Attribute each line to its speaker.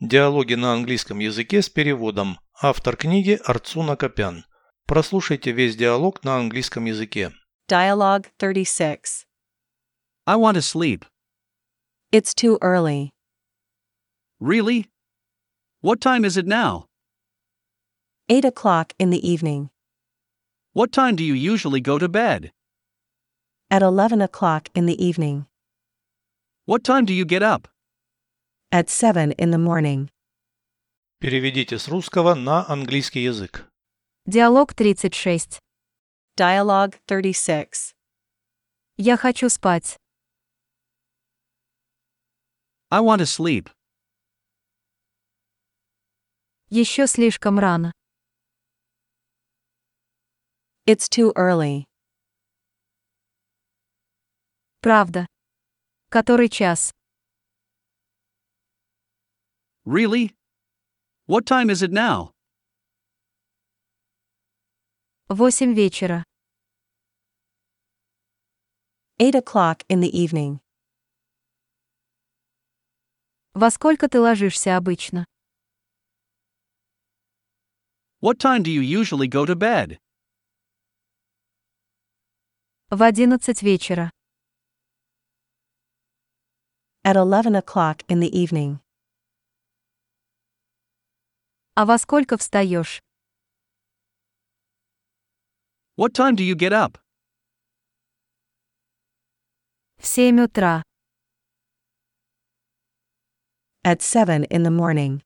Speaker 1: Диалоги на английском языке с переводом. Автор книги Арцуна Копян. Прослушайте весь диалог на английском языке.
Speaker 2: Dialogue 36.
Speaker 3: I want to sleep.
Speaker 2: It's too early.
Speaker 3: Really? What time is it now?
Speaker 2: 8 o'clock in the evening.
Speaker 3: What time do you usually go to bed?
Speaker 2: At 11 o'clock in the evening.
Speaker 3: What time do you get up?
Speaker 2: At 7 in the morning.
Speaker 1: Переведите с русского на английский язык.
Speaker 4: Диалог 36.
Speaker 2: Dialogue 36.
Speaker 4: Я хочу спать.
Speaker 3: I want to sleep.
Speaker 4: Еще слишком рано.
Speaker 2: It's too early.
Speaker 4: Правда. Который час?
Speaker 3: Really? What time is it now?
Speaker 4: Восемь вечера.
Speaker 2: 8 o'clock in the evening.
Speaker 4: Во сколько ты ложишься обычно?
Speaker 3: What time do you usually go to bed?
Speaker 4: В одиннадцать вечера.
Speaker 2: At 11 o'clock in the evening.
Speaker 4: А во сколько встаешь?
Speaker 3: What time do you get up?
Speaker 4: В семь утра.
Speaker 2: At 7 in the morning.